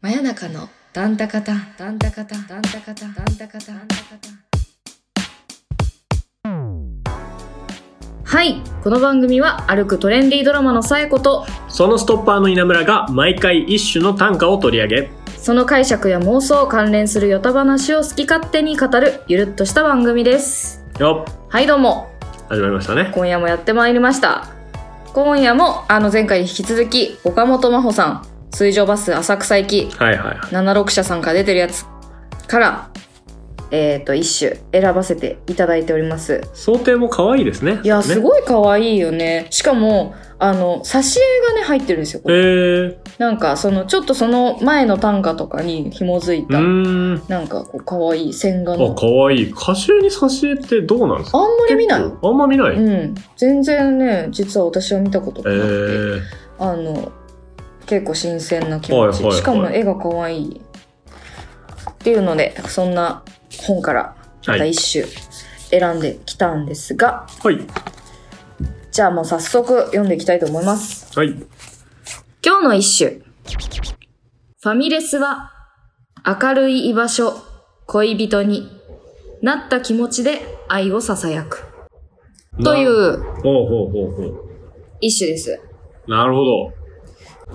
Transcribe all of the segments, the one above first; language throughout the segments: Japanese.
真夜中のダンタカタンダンタカタンダンタカタンダンタカタンダンタカタンはいこの番組は歩くトレンディードラマのさえことそのストッパーの稲村が毎回一種の短歌を取り上げその解釈や妄想関連するヨタ話を好き勝手に語るゆるっとした番組ですよっはいどうも始まりましたね今夜もやってまいりました今夜もあの前回に引き続き岡本真帆さん水上バス浅草行きはいはいは76社さんから出てるやつからえっ、と一首選ばせていただいておりますい想定も可愛いですねいや、ねすごい可愛いよね。しかも、あの、挿絵がね、入ってるんですよ、こえれ。ー、なんか、その、ちょっとその前の短歌とかに紐づいうた、ーんなんか、こう、可愛い線画あの。可愛い歌集に挿絵ってどうなんですあかんまり見ない。結構あんま見ない、えうん。全然ね、実は私は見たことえがなくて、ー、あの、結構新鮮な気持ち。はいはいはいしかも、絵が可愛い。っていうので、そんな本から、またはい一首選んできたんですが、はいじゃあもう早速読んでいきたいと思います。はい今日の一首。ファミレスは明るい居場所、恋人になった気持ちで愛を囁く。といなうほうほうほうほ一首です。うなるほど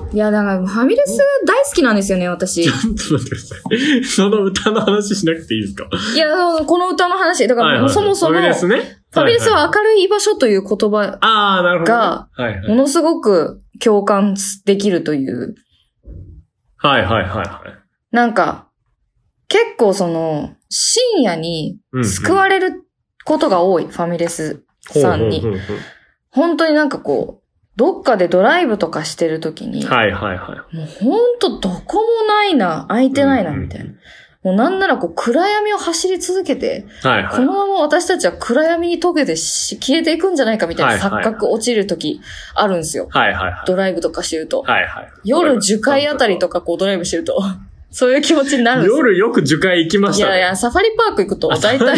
いや、だからファミレス大好きなんですよね、 私。ちょっと待ってくださいその歌の話しなくていいですかいや、この歌の話、だからもうそもそも、ファミレスフねァミレスいはい明るい居場所という言葉、ああなるほどね、がはいはいものすごく共感できるという、はいはいはいはいなんか、結構その、深夜にうんうん救われることが多い、ファミレスさんにほ。うほうほうほ本当になんかこう、どっかでドライブとかしてるときに、うはいはいはいもうほんとどこもないな、空いてないな、みたいな。もうなんならこう暗闇を走り続けて、はいはい。このまま私たちは暗闇に溶けてし消えていくんじゃないかみたいなはいは錯い覚落ちるときあるんですよ。はいはいはい。ドライブとかしてると。はいはい。夜樹海あたりとかこうドライブしてると、 そういう気持ちになるんですよ。夜よく樹海行きまいしたね。やいや、サファリパーク行くと、大体、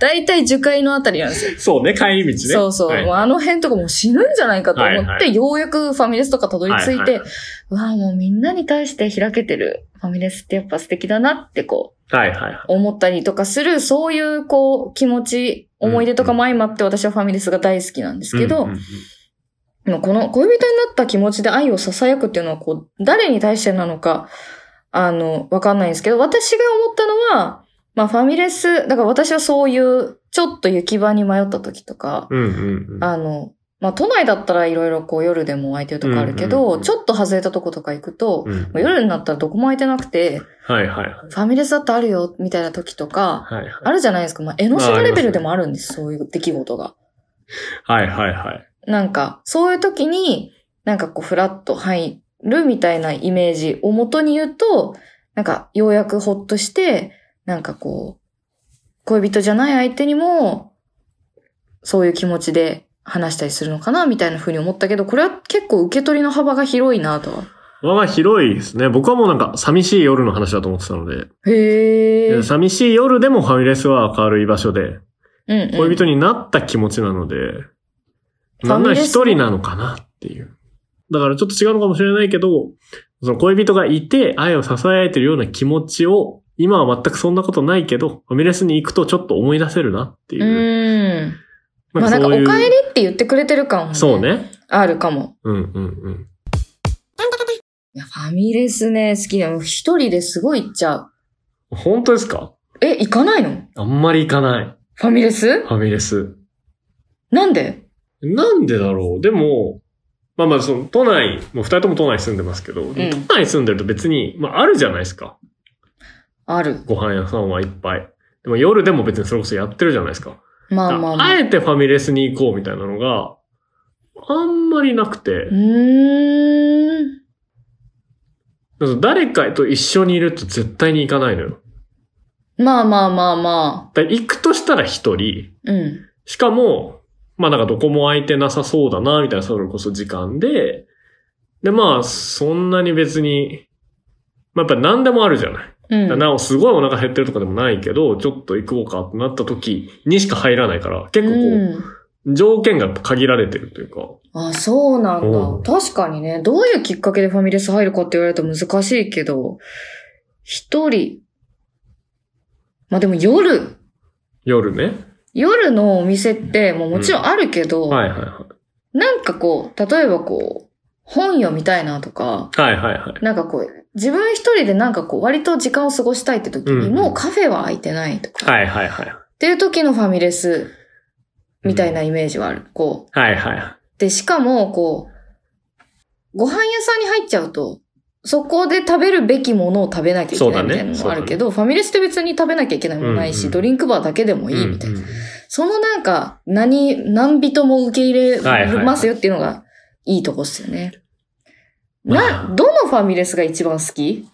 大体樹海のあたりなんですよそうね、帰り道ね。そうそう。はいもうあの辺とかもう死ぬんじゃないかと思って、はいはいようやくファミレスとかたどり着いて、はいはいはうわあもうみんなに対して開けてるファミレスってやっぱ素敵だなってこう、はいはいはい。思ったりとかする、そういうこう、気持ち、思い出とかも相まって私はファミレスが大好きなんですけど、うんうんうんでもこの恋人になった気持ちで愛を囁くっていうのはこう、誰に対してなのか、あの、わかんないんですけど、私が思ったのは、まあファミレス、だから私はそういう、ちょっと行き場に迷った時とか、うんうんうん。あの、まあ、都内だったらいろいろこう夜でも空いてるとこあるけど、うんうんうんちょっと外れたとことか行くと、うんもう夜になったらどこも空いてなくて、はいはいはい。ファミレスだってあるよ、みたいな時とか、はいはい。あるじゃないですか。まあ、江ノ島レベルでもあるんです、そういう出来事が。はいはいはい。なんか、そういう時に、なんかこう、フラッと入るみたいなイメージを元に言うと、なんか、ようやくほっとして、なんかこう、恋人じゃない相手にも、そういう気持ちで話したりするのかな、みたいな風に思ったけど、これは結構受け取りの幅が広いなとは。まあまあ広いですね。僕はもうなんか寂しい夜の話だと思ってたので、へー。寂しい夜でもファミレスは明るい場所で、うん、うん。恋人になった気持ちなので、なんなら一人なのかなっていう。だからちょっと違うのかもしれないけど、その恋人がいて愛を支えてるような気持ちを、今は全くそんなことないけど、ファミレスに行くとちょっと思い出せるなっていうう。ん。まあなんか、おそういう帰りって言ってくれてる感も、そう。ね。あるかも。うんうんうん。いや、ファミレスね、好きなの。一人ですごい行っちゃう。本当ですかえ、行かないのあんまり行かない。ファミレスファミレス。なんでなんでだろうでも、まあまあ、その、都内、もう二人とも都内住んでますけど、都内住んでると別に、まああるじゃないですか。ある。ご飯屋さんはいっぱい。でも夜でも別にそれこそやってるじゃないですか。まああまあまあ。えてファミレスに行こうみたいなのが、あんまりなくてう、ーん。だから誰かと一緒にいると絶対に行かないのよ。まあまあまあまだから行くとしたら一人、あ。うん。しかも、まあなんかどこも空いてなさそうだな、みたいな、それこそ時間で、でまあ、そんなに別に、まあやっぱ何でもあるじゃない。うん。なお、すごいお腹減ってるとかでもないけど、ちょっと行こうかってなった時にしか入らないから、結構こう、うん条件が限られてるというか。あ、そうなんうんだ。確かにね、どういうきっかけでファミレス入るかって言われると難しいけど、一人、まあでも夜、夜ね。夜のお店って、もうもちろんあるけど、はいはいはなんかこう、例えばこう、本読みたいなとか、い。はいはいはい。なんかこう、自分一人でなんかこう、割と時間を過ごしたいって時うんに、うんもうカフェは空いてないとか、はいはいはい。っていう時のファミレス、みたいなイメージはある。こう、はいはいはで、しかも、こう、ご飯屋さんに入っちゃうと、そこで食べるべきものを食べなきゃいけないみたいなのもあるけど、ファミレスって別に食べなきゃいけないものないし、うんうんドリンクバーだけでもい。いいみたいな。うんうんそのなんか、何、何人も受け入れますよっていうのがいいとこっすよね。まあな、どのファミレスが一番好き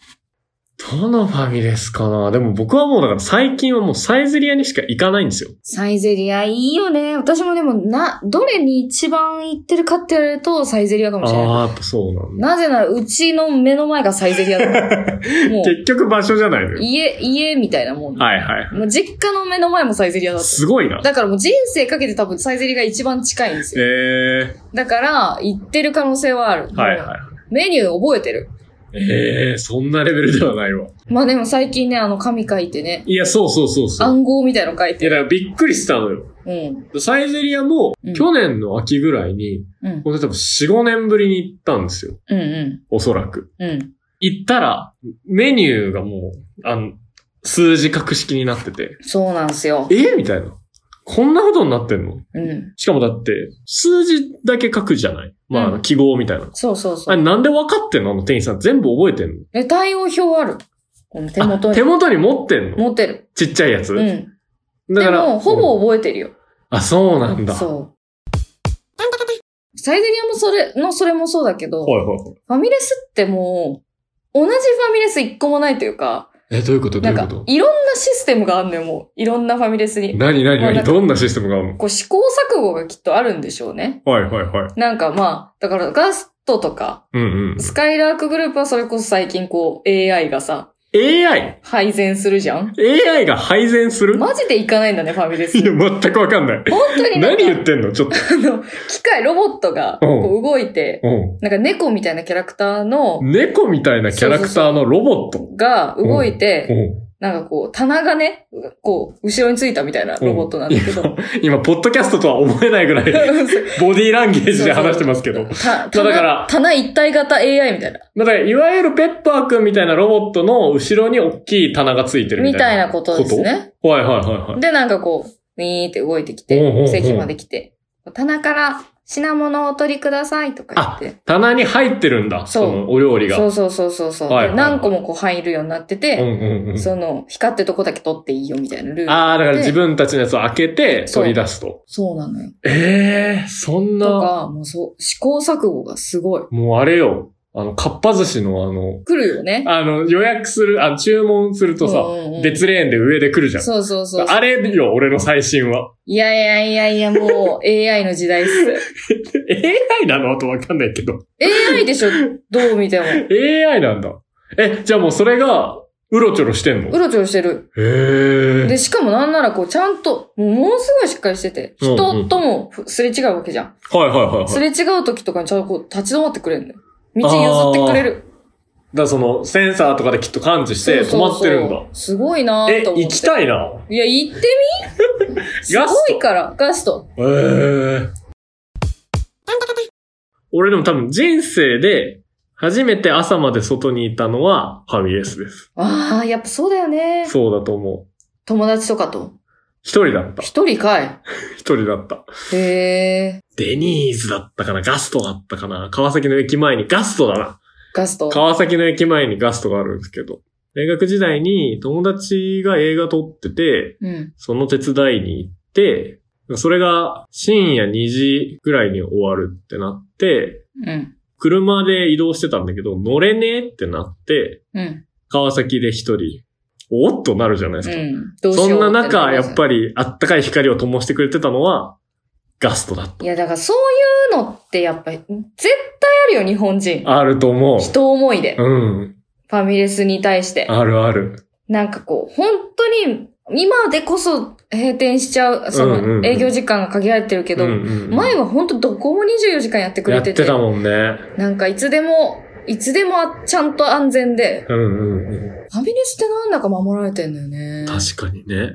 どのファミレスかなでも僕はもうだから最近はもうサイゼリアにしか行かないんですよ。サイゼリアいいよね。私もでもな、どれに一番行ってるかって言われるとサイゼリアかもしれない。ああ、やっぱそうなんだ。なぜなら、うちの目の前がサイゼリアだから もう、結局場所じゃないのよ。家、家みたいなもん。はいはい。もう実家の目の前もサイゼリアだった。すごいな。だからもう人生かけて多分サイゼリアが一番近いんですよ。えだから、行ってる可能性はある。ー、はいはメニュー覚えてる。い。えー、そんなレベルではないわ。まあでも最近ね、あの紙書いてね、いや、そうそうそうそう。暗号みたいの書いいてや、だる。からびっくりしたのよ。うん。サイゼリアもうん、去年の秋ぐらいに、うん。これ多分4、5年ぶりに行ったんですよ。うんうおそらく。ん。うん。行ったら、メニューがもう、あの、数字格式になってて、そうなんすよ。えみたいな。こんなことになってんのうん。しかもだって、数字だけ書くじゃないまああうの、記号みたいな。そうそうあそれう。なんで分かってんのあの店員さん全部覚えてんのえ、対応表ある。この手元あに。手元に持ってんの持ってる。ちっちゃいやつ、うん。だでから。も、ほぼうん覚えてるよ。あ、そうなんだ。はいそう。サイゼリアもそれ、のそれもそうだけど、はいはい。ファミレスってもう、同じファミレス一個もないというか、え、どういうことなどうんいうかこ、といろんなシステムがあんのよ、もう。いろんなファミレスに。何何もうなん何かどんなシステムがあるのこう、試行錯誤がきっとあるんでしょうね。はいはいはい。なんかまあ、だからガストとか、うんうん。スカイラークグループはそれこそ最近こう AI がさ、 AI?AI 配膳するじゃんが配膳する、マジで行かないんだね、ファミレス。いや、本全くわかんない。当になん何か言ってんのちょっと。あの、機械、ロボットがこう動いて、うなんか猫みたいなキャラクターのん。猫みたいなキャラクターのロボット。が動いうて、んなんかこう、棚がね、こう、後ろについたみたいなロボットなんだけど。今、ポッドキャストとは思えないぐ らい、ボディーランゲージで話してますけど。まただから棚棚一体型 AI みたいな。あだから、いわゆるペッパーくんみたいなロボットの後ろに大きい棚がついてるみみたたいいな。なことです。ね。はいはいはいはい。で、なんかこう、ウィーンって動いてきうんうんうて、ん席まで来て、棚から品物をお取りくださいとか言って、棚に入ってるんだ。そうそのお料理が。そうそうそうそうそう、はいはでい何個もこう入るようになってうんて、うんうん。その、光ってるとこだけ取っていいよみたいなルール。ああ、だからで自分たちのやつを開けてそう取り出すと。そうなのよ。ええー、そんとな、か、もうそう、試行錯誤がすごい。もうあれよ。あの、かっぱ寿司のあの、来るよね。あの、予約する、あ、注文するとさ、うんうんうん別レーンで上で来るじゃん。そうそうそう。あれよ、俺の最新は。 いやいやいやいや、もう AI の時代っす。 AI なのとわかんないけど。 AI でしょどう見ても。 AI なんだ。え、じゃあもうそれが、うろちょろしてんのうろちょろしてる。へで、え。しかもなんならこう、ちゃんと、もうものすごいしっかりしてて、うんうん人ともすれ違うわけじゃん。はいはいはい、はい。すだかれ違う時とかにちゃんとこう、立ち止まってくれるんだよ。道譲ってくれる。らその、センサーとかできっと感知して止まってるんだ。すごいなえ、ーと思って。行きたいな。いや、行ってみす ガストごいから、ガスト。へえ。俺でも多分人生で、初めて朝まで外にいたのは、ファミレスです。ああ、やっぱそうだよね。そうだと思う。友達とかと。一人だった。一人かい。一人だった。へえ、デニーズだったかなガストだったかな川崎の駅前にガストだなガスト。川崎の駅前にガストがあるんですけど、大学時代に友達が映画撮ってて、うん。その手伝いに行って、それが深夜2時ぐらいに終わるってなって、うん。車で移動してたんだけど、乗れねえってなって、うん。川崎で一人、おっとなるじゃないですうか。ん。どうしよそうんなって中、りやますっぱりあったかい光を灯してくれてたのは、ガストだっいや、だからそういうのってやっぱり、絶対あるよ、日本人。た。あると思う。人思いで。うん。ファミレスに対して。あるある。なんかこう、本当に、今でこそ閉店しちゃう、そうんうんうのん営業時間が限られてるけど、前は本当どこも24時間やってくやれっててて、たもんね。なんかいつでも、いつでもあちゃんと安全で、うんうんうん。ファミレスってなんだか守られてんだよね。確かにね。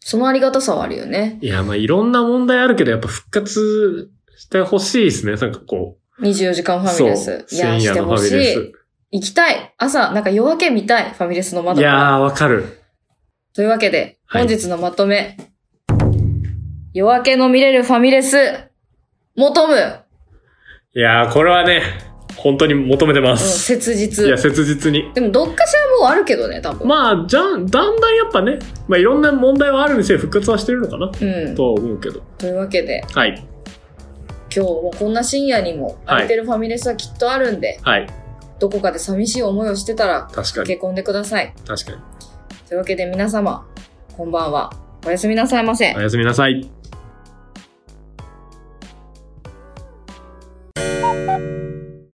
そのありがたさはあるよね。いや、まあいろんな問題あるけど、やっぱ復活してほしいですね。なんかこ24時間う。ファミレス。そう。深夜のファミレス。行きたい。朝、なんか夜明け見たい。ファミレスのい窓からやー、わかる。というわけで、は本い日のまとめ。夜明けの見れるファミレス、求む、うん、いやー、これはね、本当に求めてます。切いや、実。切実に。でも、どっかしらもうあるけどね、多分。まあ、じゃん、だんだんやっぱね、まあいろんな問題はあるにせよ復活はしてるのかな、うん。とは思うけど。というわけで、はい。今日もこんな深夜にも空いてるファミレスはきっとあるんで、はい。どこかで寂しい思いをしてたら、確かに。駆け込んでください。確かに。というわけで皆様、こんばんは。おやすみなさいませ。おやすみなさい。